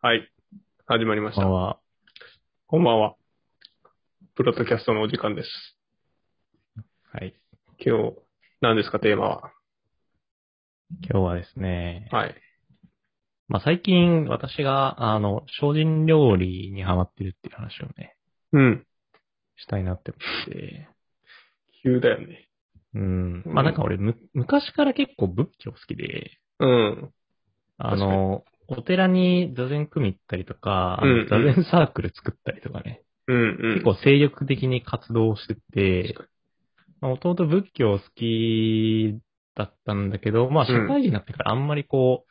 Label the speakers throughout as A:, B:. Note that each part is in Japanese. A: はい。始まりまし
B: こんば
A: た
B: ん。は。
A: こんばんは。プロトキャストのお時間です。
B: はい。
A: 今日、何ですか、テーマは。
B: 今日はですね、
A: はい。
B: まあ、最近私が、あの、精進料理にハマってるっていう話をね、
A: うん。
B: したいなって思って、
A: 急だよね。
B: うん。まあ、なんか俺、む、昔から結構仏教好きで、
A: うん。
B: あの、お寺に座禅組み行ったりとか、あ
A: うんう
B: の
A: ん
B: 座禅サークル作ったりとかね、
A: うん、うん。
B: 結構精力的に活動してて
A: 確か、
B: まあ、弟仏教好きだったんだけど、まあ、社
A: うん
B: 会人になってからあんまりこう、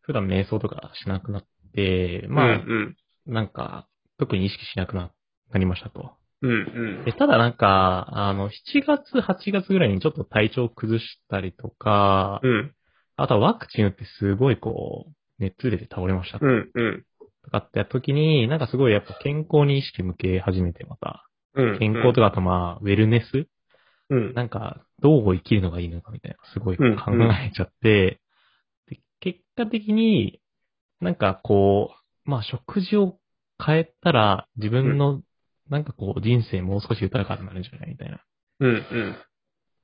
B: 普段瞑想とかしなくなって、まあ、
A: うん、
B: なんか、特に意識しなくな、なりましたと。
A: うん。うん、
B: でただなんか、あの、7月、8月ぐらいにちょっと体調崩したりとか、
A: うん。
B: あとはワクチン打ってすごいこう、熱出て倒れましたと
A: うん、うん。
B: かってやった時に、なんかすごいやっぱ健康に意識向け始めてまた、
A: うん。
B: 健康とかあとまあ、ウェルネス
A: うん。
B: なんか、どう生きるのがいいのかみたいな、すごい考
A: うん
B: えちゃって、で結果的に、なんかこう、まあ食事を変えたら、自分の、なんかこう、人生もう少し豊かになるんじゃないみたいな。っ
A: うん、うん。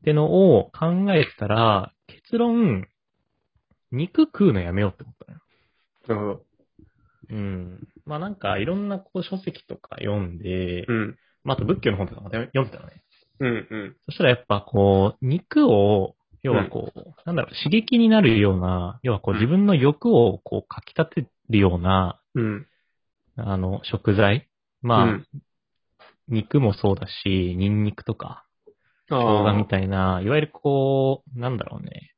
B: てのを考えてたら、結論、肉食うのやめようって思っ
A: な
B: たのよ。
A: るほど。
B: うん。まあなんか、いろんなこう書籍とか読んで
A: う、ん。
B: まああと仏教の本とかも読んでたのね。
A: うん、うん。
B: そしたらやっぱこう、肉を、要はこう、なんだろう、刺激になるような、要はこう
A: うん
B: 自分の欲をこう、かき立てるような、
A: うん。
B: あの、食材。まあ、
A: うん
B: 肉もそうだし、ニンニクとか、
A: あ
B: 生姜
A: あ
B: みたいな、いわゆるこう、なんだろうね、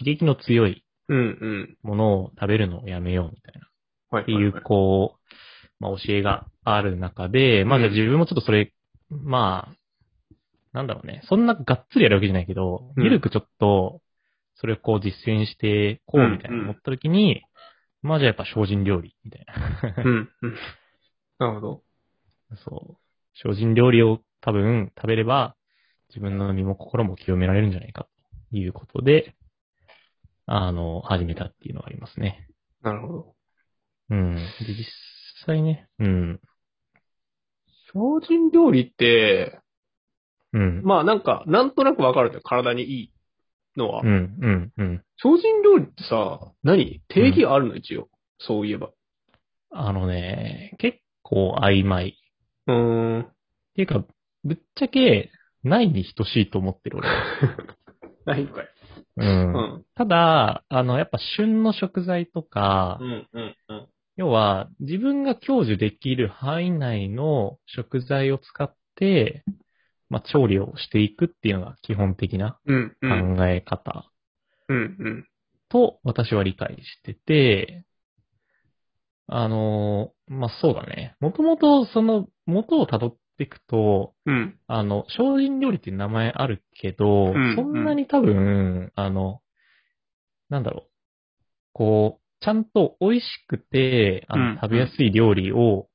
B: 刺激の強い
A: うん、うん。
B: ものを食べるのをやめようみたいな、
A: はい。
B: っていう、こう、まあ、教えがある中で、まあ、じゃあ自分もちょっとそれ、まあ、なんだろうね、そんながっつりやるわけじゃないけど、
A: うん
B: ゆるくちょっと、それをこう実践して、こうみたいな思った時に、まあじゃあやっぱ精進料理、みたいな。
A: うん、うん。なるほど。
B: そう。精進料理を多分食べれば、自分の身も心も清められるんじゃないか、ということで、あの、始めたっていうのがありますね。
A: なるほど。
B: うん。で、実際ね、うん。
A: 精進料理って、
B: うん。
A: まあなんか、なんとなくわかるんだよ。体にいいのは
B: う。ん、うん、うん。
A: 精進料理ってさ、何定義あるの一応。そういえば。
B: あのね、結構曖昧。っ
A: うーん。
B: ていうか、ぶっちゃけ、ないに等しいと思ってる 俺は。
A: ないんかい。
B: う。
A: うんん。
B: ただ、あの、やっぱ旬の食材とか
A: う、ん、うん、うん。
B: 要は、自分が享受できる範囲内の食材を使って、まあ、調理をしていくっていうのが基本的な
A: うん、う
B: 考
A: ん。
B: え方
A: うん、うん。
B: と私は理解してて、あの、まあ、そうだね。もともとその元を辿っていくと、
A: うん、
B: あの、精進料理っていう名前あるけど、
A: うん
B: そんなに多分、あの、なんだろう。こう、ちゃんと美味しくて、あ
A: うん
B: の、食べやすい料理を、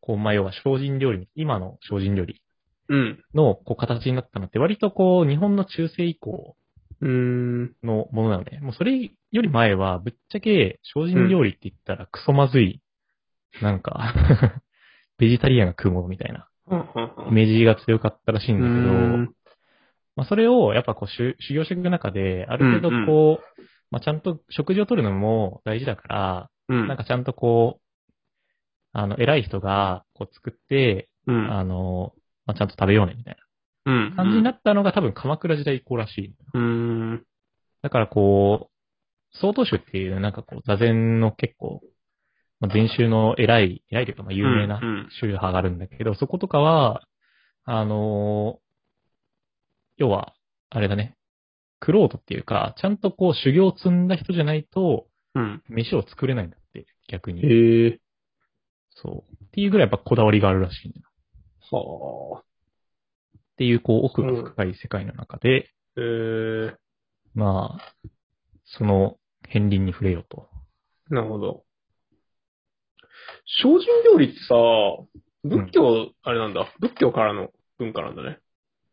B: こう、まあ、要は精進料理、今の精進料理
A: うん。
B: の、こう、形になったのって、割とこう、日本の中世以降
A: うーん。
B: のものなので、もうそれより前は、ぶっちゃけ、精進料理って言ったらクソまずい、なんか、 ベジタリアンが食うものみたいな、
A: はんはんは
B: イ
A: ん
B: メージが強かったらしい
A: うん
B: だけ
A: ー
B: ど、
A: ん
B: まあ、それを、やっぱこう、修修行していく中で、ある程度こう、まあ、ちゃんと食事を取るのも大事だから、
A: うん。
B: なんかちゃんとこう、あの、偉い人が、こう作って、
A: うん、
B: あの、まあ、ちゃんと食べようね、みたい
A: うん。
B: な感じになったのが多分鎌倉時代以降らしい。
A: うーん。
B: だからこう、曹洞宗っていうなんかこう、座禅の結構、まあ、禅宗の偉い、偉いというか、まあ、有名な
A: うんうん
B: 宗派があるんだけど、そことかは、あのー要は、あれだね、クロートっていうか、ちゃんとこう修行を積んだ人じゃないと、
A: うん。
B: 飯を作れないんだって、逆に。
A: へえ。
B: そう。っていうぐらいやっぱこだわりがあるらしいんだよ。っ
A: はあ。
B: ていう、こう、奥が深い世界の中で、
A: へえ。
B: まあ、その、片鱗に触れようと。
A: なるほど。精進料理ってさ、仏教、あれなんだ。仏教からの文化なんだね。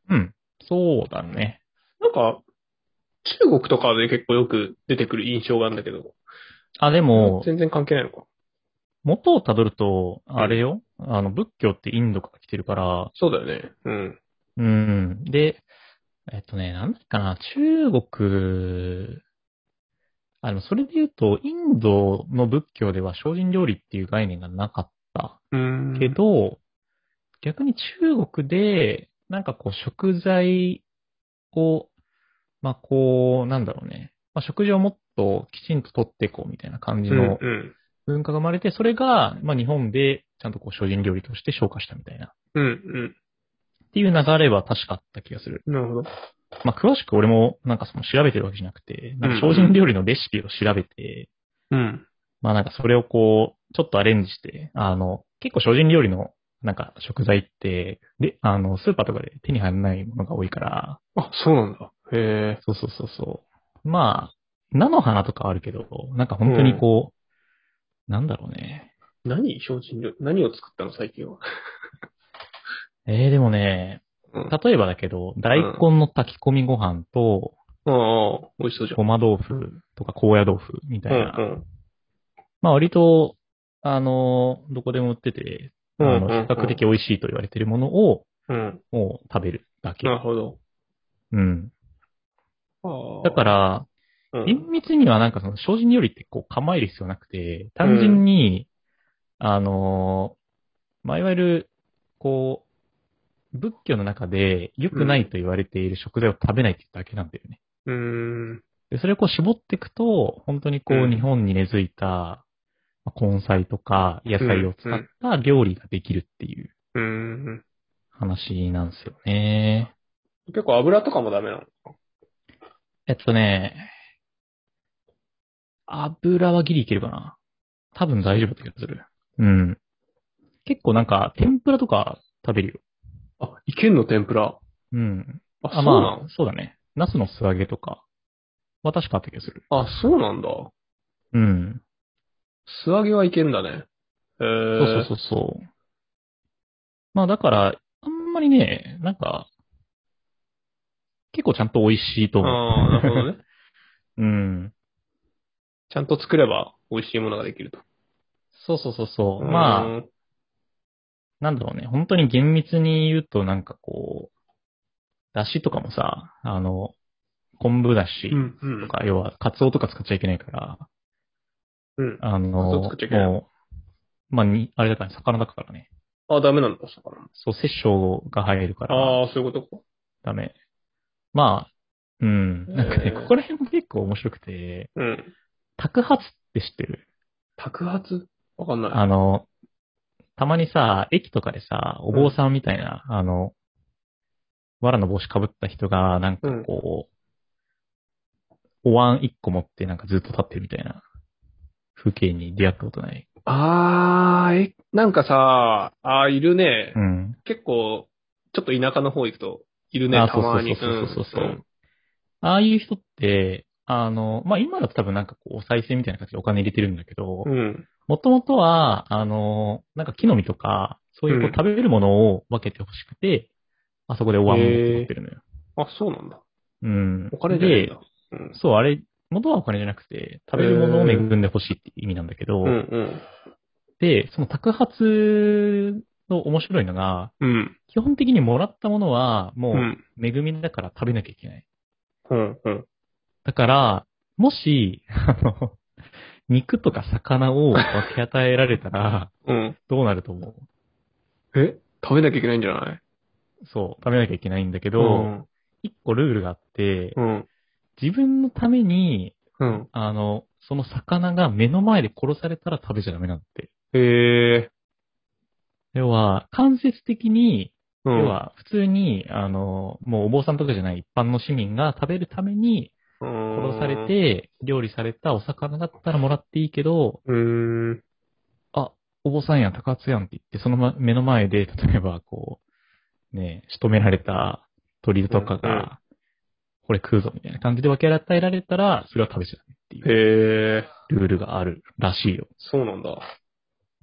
B: うん。そうだね。
A: なんか、中国とかで結構よく出てくる印象があるんだけど、
B: あ、でも、
A: 全然関係ないのか。
B: 元をたどると、あれよ、あの、仏教ってインドから来てるから、
A: そうだよね。うん。
B: うん。で、えっとね、なんだっけかな、中国、あ、でもそれで言うと、インドの仏教では精進料理っていう概念がなかった
A: うん
B: け、ど、逆に中国で、なんかこう食材を、まあこう、なんだろうね、まあ、食事をもっときちんと取っていこうみたいな感じ
A: うん、
B: の
A: うん。
B: 文化が生まれて、それが、まあ日本でちゃんとこう精進料理として消化したみたいな。
A: うん、うん。
B: っていう流れは確かあった気がする。
A: なるほど。
B: まあ、詳しく俺も、なんかその調べてるわけじゃなくて、なんか精進料理のレシピを調べて、
A: うん。
B: まあなんかそれをこう、ちょっとアレンジして、あの、結構精進料理の、なんか食材って、で、あの、スーパーとかで手に入らないものが多いから、
A: あ、そうなんだ。へえ。
B: そうそうそうそう。まあ、菜の花とかあるけど、なんか本当にこう、なんだろうね。
A: 何精進料理何を作ったの最近は。
B: えー、でもね、
A: うん
B: 例えばだけど、大根の炊き込みご飯と、
A: ああ、美味しそうじゃん
B: ご。ま豆腐とか高野豆腐みたいな、
A: うん、
B: まあ割と、あの、どこでも売ってて、あ
A: うん
B: の、
A: うんうん
B: 比較的美味しいと言われてるものを、
A: うん。うん。
B: もう食べるだけ
A: な。るほど。
B: うん。
A: ああ
B: だから、
A: うん
B: 厳密にはなんかその、精進料理ってこう構える必要なくて、単純に、あの、まあ、いわゆる、こう、仏教の中で良くないと言われている食材を食べないって言っただけなんだよね。
A: うーん。
B: で、それをこう絞っていくと、本当にこ
A: う
B: うん日本に根付いた、まあ根菜とか野菜を使った料理ができるっていう
A: うーん。
B: 話なんですよね。
A: 結構油とかもダメなの
B: えっとね、油はギリいけるかな。多分大丈夫って気がする。うん。結構なんか、天ぷらとか食べるよ。
A: あ、いけんの天ぷら。
B: うん。
A: あ、そうな
B: まあ
A: の、
B: そうだね。茄子の素揚げとかは確かあった気がする。
A: あ、そうなんだ。
B: うん。
A: 素揚げはいけるんだね。えー、
B: そうそうそうそう。まあだから、あんまりね、なんか、結構ちゃんと美味しいと思う。
A: ああ、なるほどね。
B: うん。
A: ちゃんと作れば美味しいものができると。
B: そうそうそうそう。まあ、
A: あ、
B: なんだろうね。本当に厳密に言うとなんかこう、だしとかもさ、あの、昆布だし
A: うん、うん。
B: とか、要は、カツオとか使っちゃいけないから、
A: うん。
B: あの、
A: カツオ使っちゃいけない
B: もう、まあに、あれだからね、魚だからね。
A: あ、ダメなんだ、魚。
B: そう、殺生が入るから。
A: ああ、そういうことか。
B: ダメ。まあ、うん。なんかね、
A: えー
B: ここら辺も結構面白くて、
A: うん。
B: 宅発って知ってる
A: 宅発わかんない。
B: あの、たまにさ、駅とかでさ、お坊さんみたいな、あの、藁の帽子かぶった人が、なんかこう、お椀一個持ってなんかずっと立ってるみたいな風景に出会ったことない。
A: ああ、え、なんかさ、ああ、いるね。
B: うん。
A: 結構、ちょっと田舎の方行くと、いるね、
B: あ
A: たまに。
B: そうそうそうそうそうそうんああいう人って、あの、まあ、今だと多分なんかこう、お再生みたいな感じでお金入れてるんだけど、
A: うん。うん。
B: もともとは、あの、なんか木の実とか、そういうこ
A: う
B: うん食べれるものを分けてほしくて、あそこでお椀を持ってるのよ。
A: あ、そうなんだ。
B: うん。
A: お金じゃないん
B: で、
A: だ。うん。
B: そう、あれ、元はお金じゃなくて、食べるものを恵んでほしいって意味なんだけど、
A: うんうん。
B: で、その宅発の面白いのが、
A: うん。
B: 基本的にもらったものは、もう
A: う、ん。
B: 恵みだから食べなきゃいけない。
A: うん。うん。
B: だから、もし、あの、肉とか魚を分け与えられたら、
A: うん。
B: どうなると思う
A: え食べなきゃいけないんじゃない
B: そう、食べなきゃいけないんだけど、
A: うん
B: 一個ルールがあって、
A: うん。
B: 自分のために、
A: うん。
B: あの、その魚が目の前で殺されたら食べちゃダメなんだって。
A: へえ。
B: 要は、間接的に、
A: う
B: 要
A: ん。
B: は、普通に、あの、もうお坊さんとかじゃない一般の市民が食べるために殺
A: 殺
B: され、て、料理されたお魚だったらもらっていいけど、
A: うーん。
B: あ、お坊さんやん、高発やんって言って、その、ま、目の前で、例えば、こう、ね、仕留められた鳥とか
A: うんうん
B: が、これ食うぞみたいな感じで分け与えられたら、それは食べちゃダメっていう。
A: へえ。
B: ルールがあるらしいよ。
A: そうなんだ。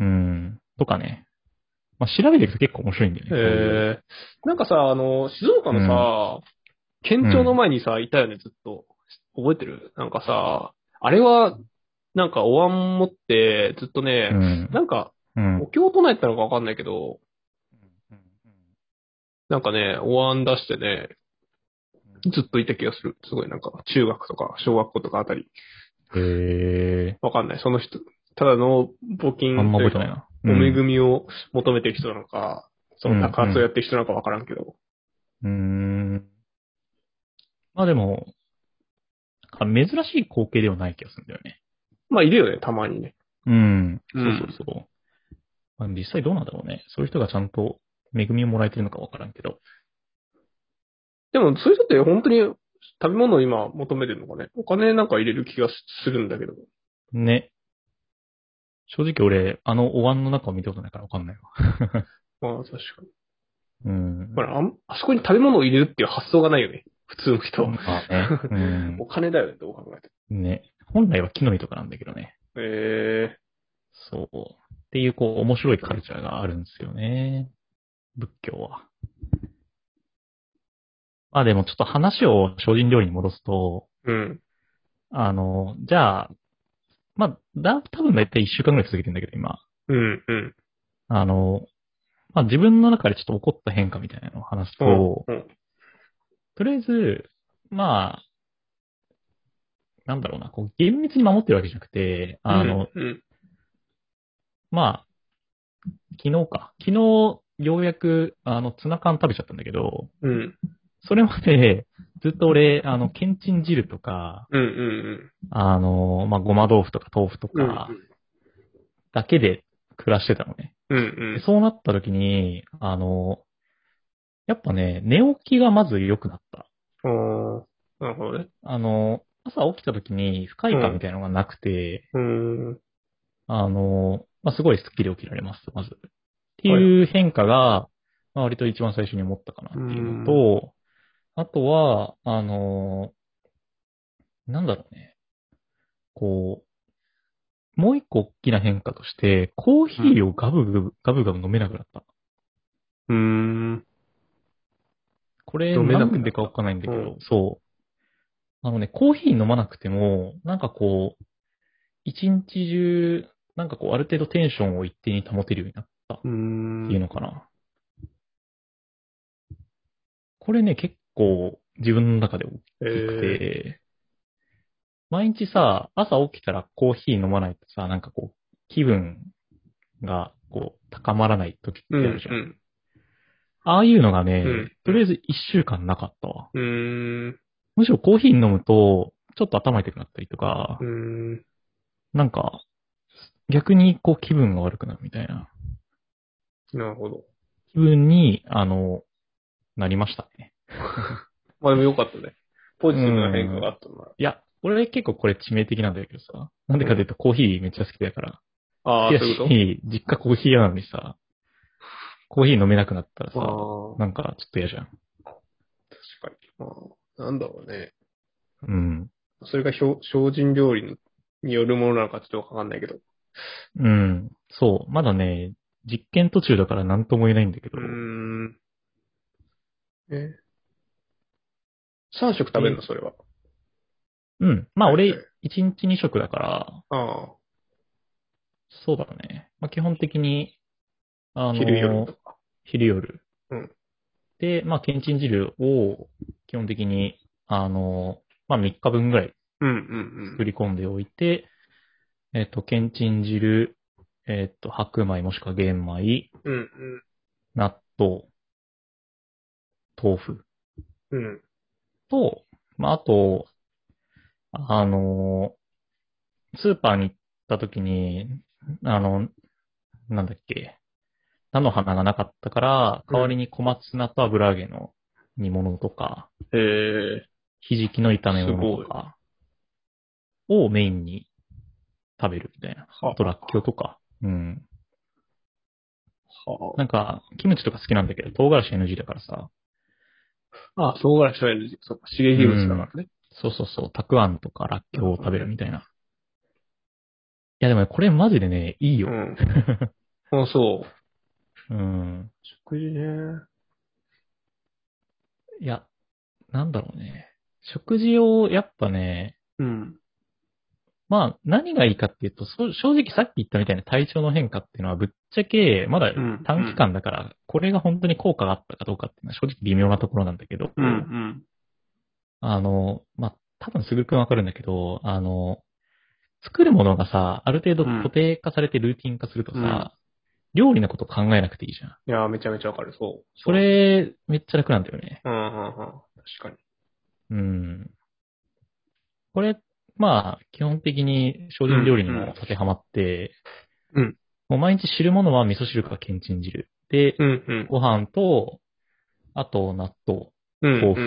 B: うん。とかね。まあ、調べていくと結構面白いんだよね。そういう
A: へえ。なんかさ、あの、静岡のさ、県庁の前にさ、いたよね、ずっと。覚えてるなんかさ、あれは、なんかお椀持って、ずっとね、
B: うん。
A: なんか、
B: うん。
A: お経を唱えてたのかわかんないけど、なんかね、お椀出してね、ずっといた気がする。すごいなんか、中学とか小学校とかあたり。
B: へえ
A: わかんない。その人、ただの募金
B: ー。あんま
A: とい
B: 覚
A: う
B: えてない
A: か、
B: な。
A: お恵みを求めてる人なのか、その爆発をやってる人なのかわからんけど。
B: うん。うん。まあでも、なんか珍しい光景ではない気がするんだよね。
A: まあ、いるよね、たまにね。
B: うん。
A: う
B: そ
A: ん
B: うそうそう。まあ、実際どうなんだろうね。そういう人がちゃんと恵みをもらえてるのかわからんけど。
A: でも、そういう人って本当に食べ物を今求めてるのかね。お金なんか入れる気がするんだけど。
B: ね。正直俺、あのお椀の中を見たことないからわかんないわ。
A: まあ、確かに。
B: うん。
A: ほら、あんあそこに食べ物を入れるっていう発想がないよね。普通の人は。
B: まあね
A: お金だよね、どう考えて
B: うん。 ね。本来は木の実とかなんだけどね。
A: も。え
B: そう。っていう、こう、面白いカルチャーがあるんですよね。仏教は。まあでもちょっと話を精進料理に戻すと、
A: えうん。
B: あの、じゃあ、まあ、だ、多分だいたい一週間ぐらい続けてんだけど、今。
A: うん、うん。
B: あの、まあ、自分の中でちょっと起こった変化みたいなのを話すと、
A: うん。
B: とりあえず、まあ、なんだろうな、こう、厳密に守ってるわけじゃなくて、あの、
A: うん、
B: まあ、昨日か。昨日、ようやく、あの、ツナ缶食べちゃったんだけど、
A: うん、うん、
B: それまで、ずっと俺、あの、けんちん汁とか、
A: うん、うん
B: あの、まあ、ごま豆腐とか豆腐と
A: うん。
B: か、だけで暮らしてたのね。
A: うん、うん
B: で。そうなった時に、あの、やっぱね、寝起きがまず良くなった。
A: あーなるほどね。
B: あの、朝起きた時に不快感みたいなのがなくて、
A: うーん。
B: あの、まあ、すごいスッキリ起きられます、まず。っていう変化が、まあ、割と一番最初に思ったかなっていうのと、あとは、あの、なんだろうね。こう、もう一個大きな変化として、コーヒーをガブガブ、ガブガブ飲めなくなった。
A: うーん。
B: これ、
A: 飲めなくな
B: な
A: った
B: んでかわかんないんだけど、
A: うん
B: そう。あのね、コーヒー飲まなくても、なんかこう、一日中、なんかこう、ある程度テンションを一定に保てるようになっ
A: うーん。
B: ていうのかな。これね、結構、自分の中で大き
A: え
B: く
A: ー
B: て、毎日さ、朝起きたらコーヒー飲まないとさ、なんかこう、気分が、こう、高まらない時って
A: う
B: あ
A: ん
B: るじゃん。ああいうのがね、
A: うん
B: とりあえず一週間なかったわ。
A: うん。う
B: むしろコーヒー飲むと、ちょっと頭痛くなったりとか
A: ーん。う、ん。
B: なんか、逆にこう気分が悪くなるみたいな
A: なるほど。
B: 気分に、あの、なりましたね。
A: まあでもよかったね。ポジティブな変化があったの
B: いや、俺結構これ致命的なんだけどさ。なんでかというとコーヒーめっちゃ好きだから。
A: ああー、
B: 悔
A: そういうこ
B: しい、実家コーヒー屋なのにさ、コーヒー飲めなくなったら
A: と
B: さ、
A: ああー。
B: なんかちょっと嫌じゃん。
A: 確かに。まあ、なんだろうね。
B: うん。
A: それが標精進料理によるものなのかちょっとわかんないけど。
B: うん。そう。まだね、実験途中だから何とも言えないんだけど
A: うー。ん。え ?3 食食べるの、それは。
B: うん。まあ
A: はいは
B: 俺、1日2食だから、
A: ああ。
B: そうだね。まあ、基本的に、あの、
A: 昼夜とか。
B: 昼夜
A: うん
B: で、まあ、けんちん汁を、基本的に、あの、まあ、3日分ぐらい
A: うん
B: 作り込んでおいて、えっ、と、けんちん汁、えっ、と、白米もしくは玄米、
A: うんうん。うん
B: 納豆、豆腐
A: うん。うん。
B: と、まあ、あと、あの、スーパーに行った時に、あの、なんだっけ、菜の花がなかったから、代わりに小松菜と油揚げの煮物とか、
A: へえ。
B: ひじきの炒め物とか、をメインに食べるみたいな。
A: は
B: あと、らっきょうとか。うん。
A: は
B: なんか、キムチとか好きなんだけど、唐辛子 NG だからさ、
A: あ。ああ、唐辛子は NG。そっか、刺激物だからね。
B: そうそうそう、たくあんとからっきょうを食べるみたいな。いやでもね、これマジでね、いいうよ。
A: ん。あそう。
B: うん。
A: 食事ね。
B: いや、なんだろうね。食事をやっぱね、
A: うん。
B: まあ、何がいいかっていうと、そう正直さっき言ったみたいな体調の変化っていうのはぶっちゃけ、まだ
A: うん
B: 短期間だから、これが本当に効果があったかどうかっていうのは正直微妙なところなんだけど、
A: うん、うん。
B: あの、まあ、多分すぐくんわかるんだけど、あの、作るものがさ、ある程度
A: うん
B: 固定化されてルーティン化するとさ、
A: うん
B: 料理のこと考えなくていいじゃん。
A: いやー、めちゃめちゃわかる。そう。
B: それ、めっちゃ楽なんだよね。
A: うん、うん、うん。確かに。
B: うん。これ、まあ、基本的に精進料理にも当てはまって、
A: うん。
B: もう毎日汁物は味噌汁かけんちん汁。で、
A: うん、
B: ご飯と、あと納豆。
A: うん。
B: 豆腐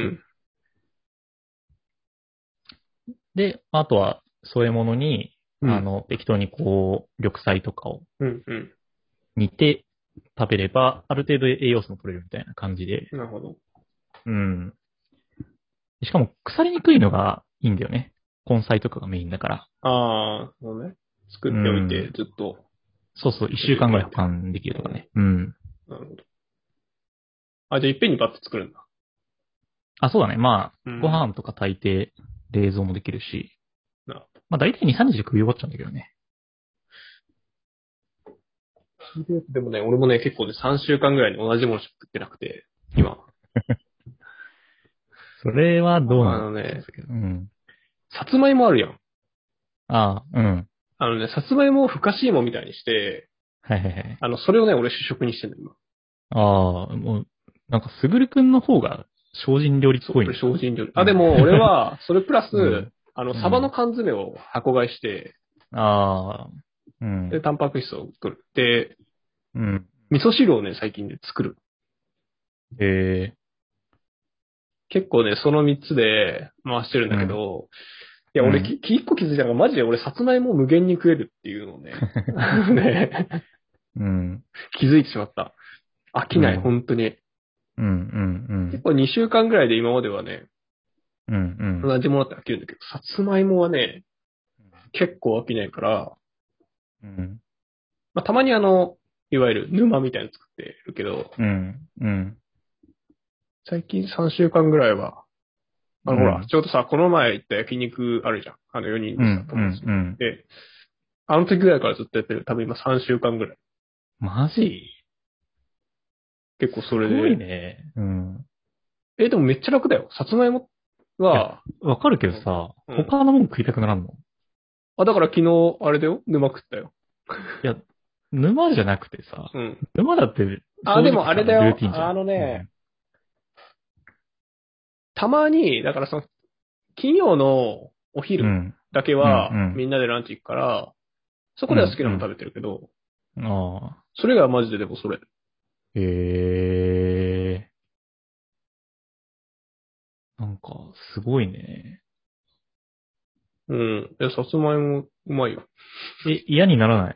A: うん
B: で、あとは添え物に、
A: うん
B: あの、適当にこう、緑菜とかを
A: うん、うん。
B: 煮て食べれば、ある程度栄養素も取れるみたいな感じで。
A: なるほど。
B: うん。しかも、腐りにくいのがいいんだよね。根菜とかがメインだから。
A: ああ、そうね。作っておいて
B: う、ん
A: ずっと。
B: そうそう、一週間ぐらい保管できるとかね。うん。
A: なるほど。あ、じゃあいっぺんにバッと作るんだ。
B: あ、そうだね。ま
A: う
B: あ、
A: ん
B: ご飯とか炊いて、冷蔵もできるし。
A: なるほ
B: まあ、大体2、3日で食い終わっちゃうんだけどね。
A: でもね、俺もね、結構ね、3週間ぐらいに同じものしか作ってなくて、今。
B: それはどう
A: あ
B: な
A: の
B: の
A: ね、
B: うん。
A: さつまいもあるやん。
B: ああ、うん。
A: あのね、さつまいもをふかし芋みたいにして、
B: はいはいはい。
A: あの、それをね、俺主食にしてんの、今。
B: ああ、もう、なんか、すぐるくんの方が、精進料理っ
A: そう、
B: ぽい
A: こ
B: ね
A: れ精進料理。あ、でも俺は、それプラス、
B: うん
A: あ
B: う
A: の、
B: ん
A: サバの缶詰を箱買いして、
B: ああ、うん。
A: で、タンパク質を取る。で、
B: うん。
A: 味噌汁をね、最近ね、作る。
B: ええ
A: 結構ね、その3つで回してるんだけど、いや、
B: う
A: 俺、
B: ん
A: きき一個気づいたのが、マジで俺、さつまいもを無限に食えるっていうのを ね、ね
B: うん。
A: 気づいてしまった。飽きない、
B: うん
A: 本当に。
B: うん、うん
A: 結、構2週間ぐらいで今まではね、
B: うん。うん、うん。
A: 同じものって飽きるんだけど、さつまいもはね、結構飽きないから、
B: うん、
A: まあ、たまにあの、いわゆる沼みたいなの作ってるけど、
B: うん、うん。
A: 最近3週間ぐらいは、あの、ほ
B: う
A: ら、
B: ん
A: ちょうどさ、この前行った焼肉あるじゃん。あの4人
B: う
A: でさ
B: ん、、
A: 友
B: う
A: 達
B: ん、うん。
A: で、あの時ぐらいからずっとやってる。多分今3週間ぐらい。
B: マジ
A: 結構そ
B: す
A: れ
B: ご
A: で。
B: いね。うん。
A: え、でもめっちゃ楽だよ。さつまいもは、
B: わかるけどさ、
A: うん
B: 他のもん食いたくならんの
A: あ、だから昨日、あれだよ。沼食ったよ。
B: いや、沼じゃなくてさ、
A: うん。
B: 沼だって、
A: あでもあれだよ
B: ルーティンじゃん
A: あのね、たまに、だからその、金曜のお
B: うんう
A: 昼
B: ん。
A: だけは
B: うんう、ん
A: みんなでランチ行くから、そこでは好きなの食べてるけど、
B: ああ、
A: それがマジででもそれ。
B: へえなんか、すごいね。
A: うん。で、さつまいもうまいよ。
B: え、嫌にならない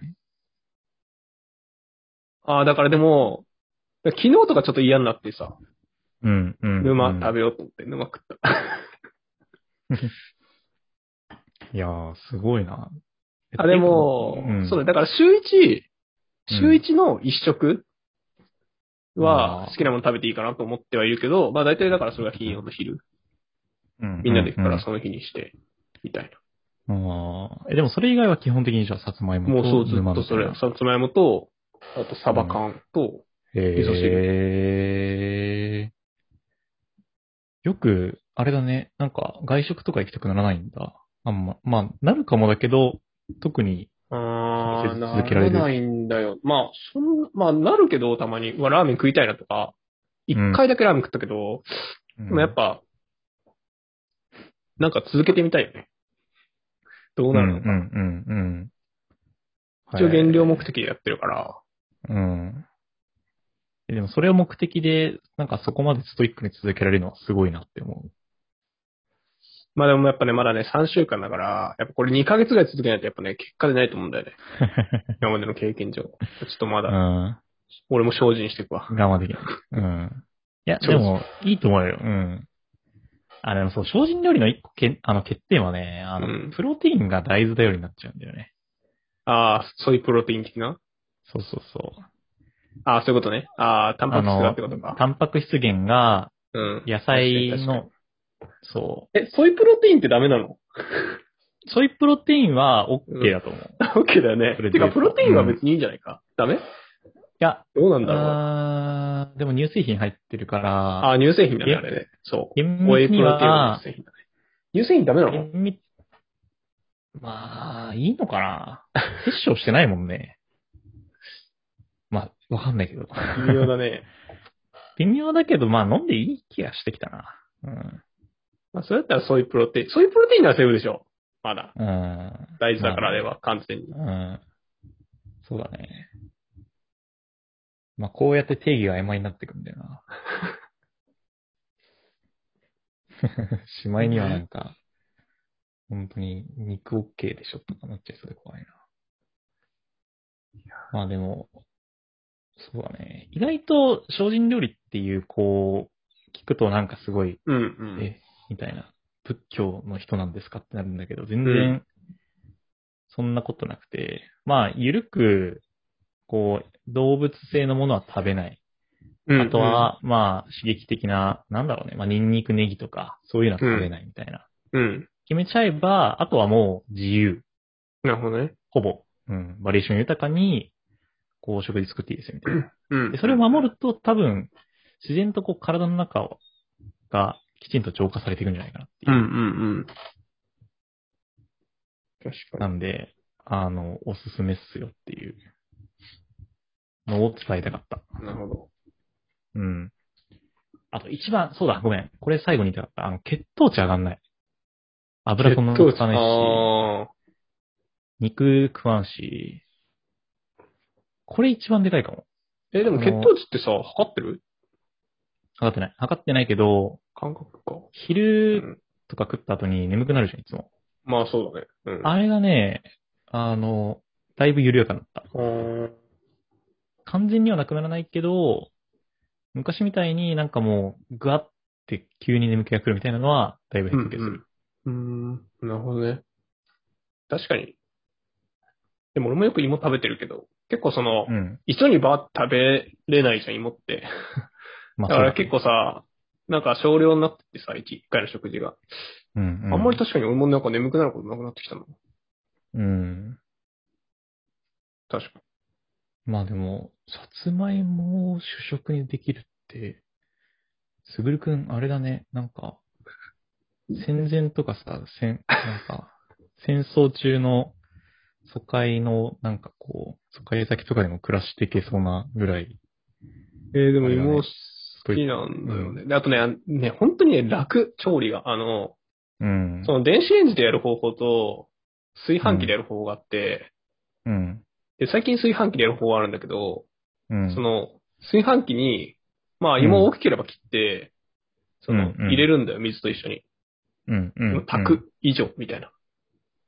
A: あ、だからでも、昨日とかちょっと嫌になってさ、
B: うん、うん。
A: 沼
B: べ
A: 食べようと思って沼食った。
B: いやー、すごいな。
A: あ、でも、
B: うん
A: そうね。だから週一、週
B: うん
A: 一の一食
B: あ
A: は
B: ー
A: 好きなもの食べていいかなと思ってはいるけど、まあ大体だからそれが金曜の昼。
B: うん
A: みんなで行くか
B: う
A: らその日にして、みたい
B: うんあーえ、でもそれ以外は基本的にじゃあ、さつまい
A: な。
B: も
A: もうそうず
B: 沼
A: っと
B: みた
A: そ
B: い
A: れ
B: な、
A: さつまいもと、あとサバ缶と、味噌
B: へー。よく、あれだね、なんか外食とか行きたくならないんだ。あんま、まあ、なるかもだけど、特に、
A: あー、な
B: 続けられる
A: ないんだよ。まあ、そんな、まあなるけど、たまに、うわラーメン食いたいなとか、一回だけラーメン食ったけど、
B: うん
A: でもやっぱ、なんか続けてみたいよね。どうなるのか。
B: うん、うん、うんうん。
A: 一応減量目的でやってるから。
B: うん。えでもそれを目的で、なんかそこまでストイックに続けられるのはすごいなって思
A: まあでもやっぱね、まだね、3週間だから、やっぱこれ2ヶ月ぐらい続けないとやっぱね、結果出ないと思うんだ よね。今までの経験上。ちょっとま
B: う。う
A: だ、
B: ん。
A: 俺も精進していくわ。
B: 我慢できない。うん。いや、
A: そ
B: で
A: うです
B: も、いいと思うよ。うん。あ、でもそう、精進料理の一個け、あの、欠点はね、あの、
A: うん
B: プロテインが大豆頼りになっちゃうんだよね。
A: ああ、そういうプロテイン的な
B: そうそうそう。
A: ああ、そういうことね。ああ、タンパ
B: あ
A: ク質がっ
B: の
A: てこと、か。
B: タンパク質源が
A: うん。
B: 野菜
A: 確かに確
B: の、そ
A: え、そういうプロテインってダメなの
B: ソイプロテインは OK だと思う。
A: オッケーだよね
B: それ。で
A: てか、プロテインは別にいいんじゃないか、ダメ
B: いや、
A: どうなんだろうな。
B: あーでも乳製品入ってるから、
A: あ、乳製品だね、
B: え
A: あれね。そう。
B: 厳
A: ホエイ
B: 密
A: プ
B: に
A: ロテインは
B: は
A: 乳、製品だね。乳製品ダメなの
B: 厳密まあ、いいのかな摂取をしてないもんね。まあ、わかんないけど。
A: 微妙だね。
B: 微妙だけど、まあ飲んでいい気がしてきたな。うん。
A: まあ、それだったらソイプロテイン。ソイプロテインならセーフでしょ。まだ。
B: うん。
A: 大事だから、
B: まあ
A: あ
B: ね
A: れは、完全に。
B: うん。そうだね。まあ、こうやって定義が曖昧になってくんだよな。しまいにはなんか、本当に肉 OK でしょとかなっちゃいそうで怖いな。まあでも、そうだね。意外と精進料理っていう、こう、聞くとなんかすごい
A: うん、うん。
B: え、みたいな。仏教の人なんですかってなるんだけど、全
A: う
B: 然、そんなことなくて、まあ、ゆるく、こう、動物性のものは食べない。
A: うん
B: あと、は、まあ、刺激的な、なんだろうね、まあ、ニンニクネギとか、そういうのは食べないみたいな。
A: うん。
B: 決めちゃえば、あとはもう自由、
A: なるほどね。
B: ほぼ、うん、バリエーション豊かに、こう、食事作っていいですよ、みたい な。
A: うん
B: で、。それを守ると、多分、自然とこう、体の中をが、きちんと浄化されていくんじゃないかなっていう
A: うん、うん、うん。確か
B: な
A: に。
B: んで、あの、おすすめっすよっていうのを伝えたかった。
A: なるほど。
B: うん。あと一番、そうだ、ごめん。これ最後に言いたかった。あの、血糖値上がんない。油そんな
A: 血糖
B: に
A: 値
B: つかないし、
A: あ
B: 肉食わんし、これ一番でかいかも。
A: ーえ、でも血糖値ってさ、測ってる
B: 測ってない。測ってないけど、
A: 感覚か。
B: 昼とか食った後に眠くなるじゃん、いつも。
A: まあそうだね。うん。
B: あれがね、あの、だいぶ緩やかになった。
A: うーん
B: 完全にはなくならないけど、昔みたいになんかもう、ぐわって急に眠気が来るみたいなのは、だいぶ
A: う
B: 減ってる気がす
A: ん
B: る。
A: うん。うーん。なるほどね。確かに。でも俺もよく芋食べてるけど、結構その、
B: うん。
A: 一度にばーッ食べれないじゃん、芋って。
B: ま
A: だか
B: あ、そう
A: ら
B: だ
A: 結構さ、なんか少量になっててさ、一一回の食事が。
B: うん、うん。
A: あんまり確かに俺もなんか眠くなることなくなってきたの。
B: うん。
A: 確か
B: まあでも、さつまいもを主食にできるって、すぐるくん、あれだね、なんか、戦前とかさ、戦、なんか、戦争中の疎開の、なんかこう、疎開先とかでも暮らしていけそうなぐらい、
A: に。えー、でも
B: あれだね
A: 芋好きなんだよね。であとね、あね、本当にね、楽、調理が。あの、
B: うん。
A: その電子レンジでやる方法と、炊飯器でやる方法があって、
B: うん。
A: で最近炊飯器でやる方法あるんだけど、
B: うん。
A: その、炊飯器に、まあ、芋を大きければ切って、その、
B: うんうん
A: 入れるんだよ、水と一緒に。
B: うんうんうん。
A: 炊く以上、みたいな。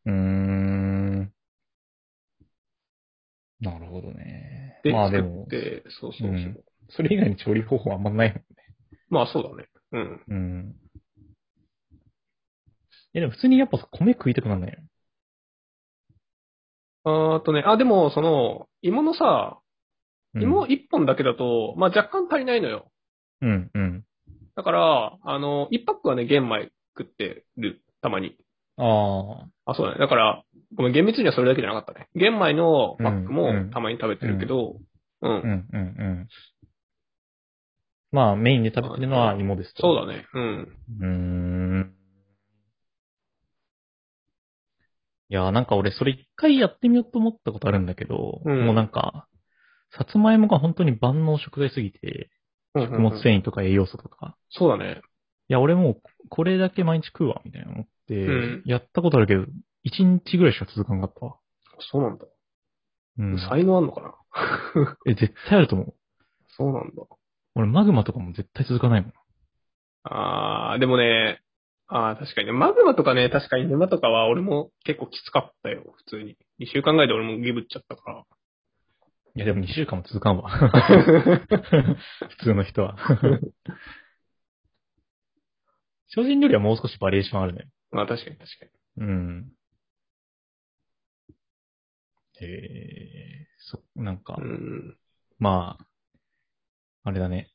B: うーん。なるほどね。
A: で、
B: まあで
A: 作
B: も
A: っ、て、そうそうそう。
B: うんそれ以外に調理方法あんまない
A: まあ、そうだね。うん。
B: もんね。うん。え、でも普通にやっぱ米食いたくなんないよ。
A: あーとね、あ、でも、その、芋のさ、
B: うん
A: 芋一本だけだと、まあ、若干足りないのよ。
B: うんうん。
A: だから、あの、一パックはね、玄米食ってる、たまに。
B: ああ。
A: あ、そうだね。だから、ごめん、厳密にはそれだけじゃなかったね。玄米のパック
B: う
A: も
B: ん
A: たまに食べてるけど、うん。
B: うんうんうん。まあメインで食べてるのは芋ですと
A: そうだね。うん。
B: うーん。いやー、なんか俺それ一回やってみようと思ったことあるんだけど、
A: うん
B: もうなんか、さつまいもが本当に万能食材すぎて、
A: うんうん
B: 食
A: うん
B: 物繊維とか栄養素とか。
A: そうだね。
B: いや、俺もうこれだけ毎日食うわ、みたいな思って、
A: うん
B: やったことあるけど、一日ぐらいしか続かなかったわ。
A: そうなんだ。
B: うん。
A: 才能あんのかな
B: え、絶対あると思う。
A: そうなんだ。
B: 俺マグマとかも絶対続かないもん。
A: あー、でもね、あー、確かにね。マグマとかね、確かに沼とかは俺も結構きつかったよ、普通に。2週間ぐらいで俺もギブっちゃったか
B: いや、でも2週間も続か んわ。
A: ら。
B: 普通の人は。精進料理はもう少しバリエーションあるね。
A: まあ確かに確かに。
B: うん。ええそ、なんか、
A: うん。
B: まあ、あれだね。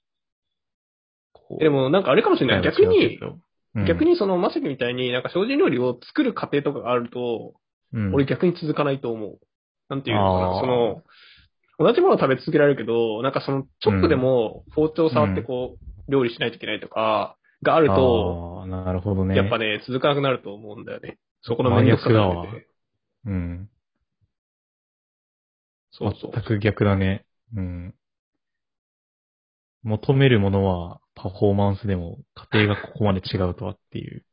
B: こう
A: で、もなんかあれかもしれない。
B: 答えは
A: 逆
B: 違うけ
A: に、
B: どうん
A: 逆、にその、まさきみたいになんか精進料理を作る過程とかがあると、
B: うん
A: 俺逆に続かないと思う。なんていうのか
B: あ
A: な、
B: ー
A: その、同じものを食べ続けられるけど、なんかその、ちょっとでも包丁触ってこう、料理しないといけないとか、があると、
B: あーなるほどね。
A: やっぱね、続かなくなると思うんだよね。そこの面倒くささが出てて
B: うん。
A: そうそう。
B: 全く逆だね。うん。求めるものはパフォーマンスでも、家庭がここまで違うとはっていう。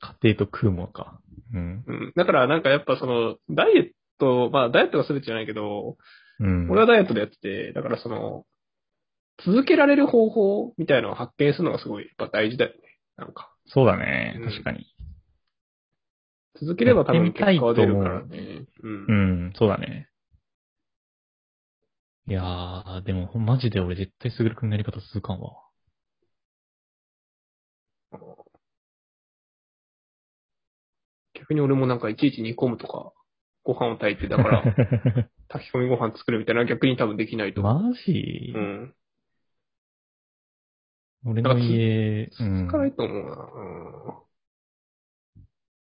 B: 家庭と食うものか。うん。
A: うん。だからなんかやっぱその、ダイエット、まあダイエットが全てじゃないけど、
B: うん。
A: 俺はダイエットでやってて、だからその、続けられる方法みたいなのを発見するのがすごいやっぱ大事だよね。なんか。
B: そうだね。
A: うん
B: 確かに。
A: 続ければ多分
B: やっ
A: 結
B: てみたい
A: 果は出るか
B: と
A: ら
B: 思
A: ね。うん
B: うん、そうだね。いやー、でも、マジで俺絶対すぐるくんのやり方続かんわ。
A: 逆に俺もなんかいちいち煮込むとか、ご飯を炊いて、だから、 炊き込みご飯作るみたいなのは逆に多分できないと思う。
B: マジ、
A: うん。
B: 俺の家、うん
A: 続かないと思う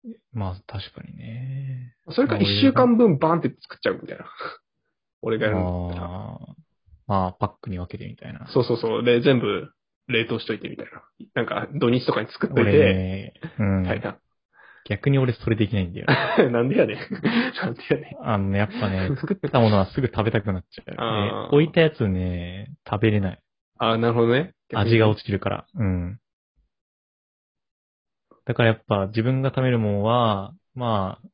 A: な。
B: まあ、確かにね。
A: うん。それか
B: まあ俺
A: 一週間分バーンって作っちゃうみたいな。 俺がやるんだったら。
B: あーまあ、パックに分けてみたいな。
A: そうそうそう。で、全部冷凍しといてみたいな。なんか土日とかに作っとい
B: 俺
A: て、
B: ね、う
A: みたい
B: ん。
A: な。
B: 逆に俺それできないんだよ。
A: なんでやねん。 なんでやねん。
B: あのね、やっぱね、 作ったものはすぐ食べたくなっちゃ
A: あ
B: う。
A: ー
B: で置いたやつね、食べれない。
A: あーなるほどね。
B: 味が落ちるから。うん。だからやっぱ自分が食べるもんは、まあ、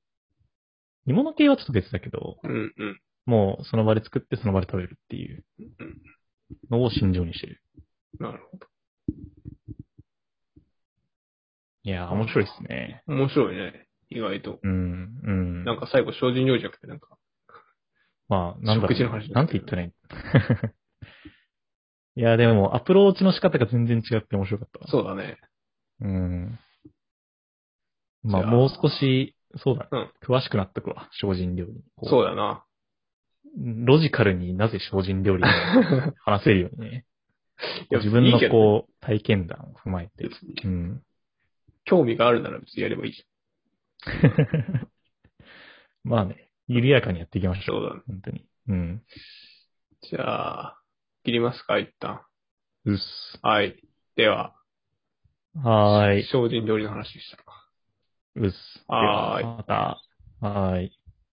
B: 煮物系はちょっと別だけど、
A: うんうん。
B: もうその場で作ってその場で食べるっていうのを心情にしてる。
A: なるほど。
B: いやー、面白いっすね。
A: 面白いね。意外と。
B: うん、うん。
A: なんか最後、精進料理じゃなくて、なんか、
B: まあ、なんだろう
A: 食事の話
B: なんて言ったらいい いや、でも、アプローチの仕方が全然違って面白かったわ。
A: そうだね。
B: うん。まあ、
A: じゃあ
B: もう少し、そうだ、
A: うん
B: 詳しくなっとくわ、精進料理に。こう
A: そうだ な。
B: ロジカルになぜ精進料理を 話せるようにね。
A: いや
B: 自分
A: いい
B: の
A: けど
B: こう、体験談を踏まえて。
A: 別に
B: うん。
A: 興味があるなら別にやればいいじ
B: まあね、緩やかにやっていきまし
A: ゃん。
B: ょ。
A: そううだね。
B: 本当に。うん。
A: じゃあ、切りますか、一旦。
B: うっす。
A: はい。では、
B: はーい。
A: 精進料理の話でした。
B: うっす。
A: はーい
B: ではまた。はーい。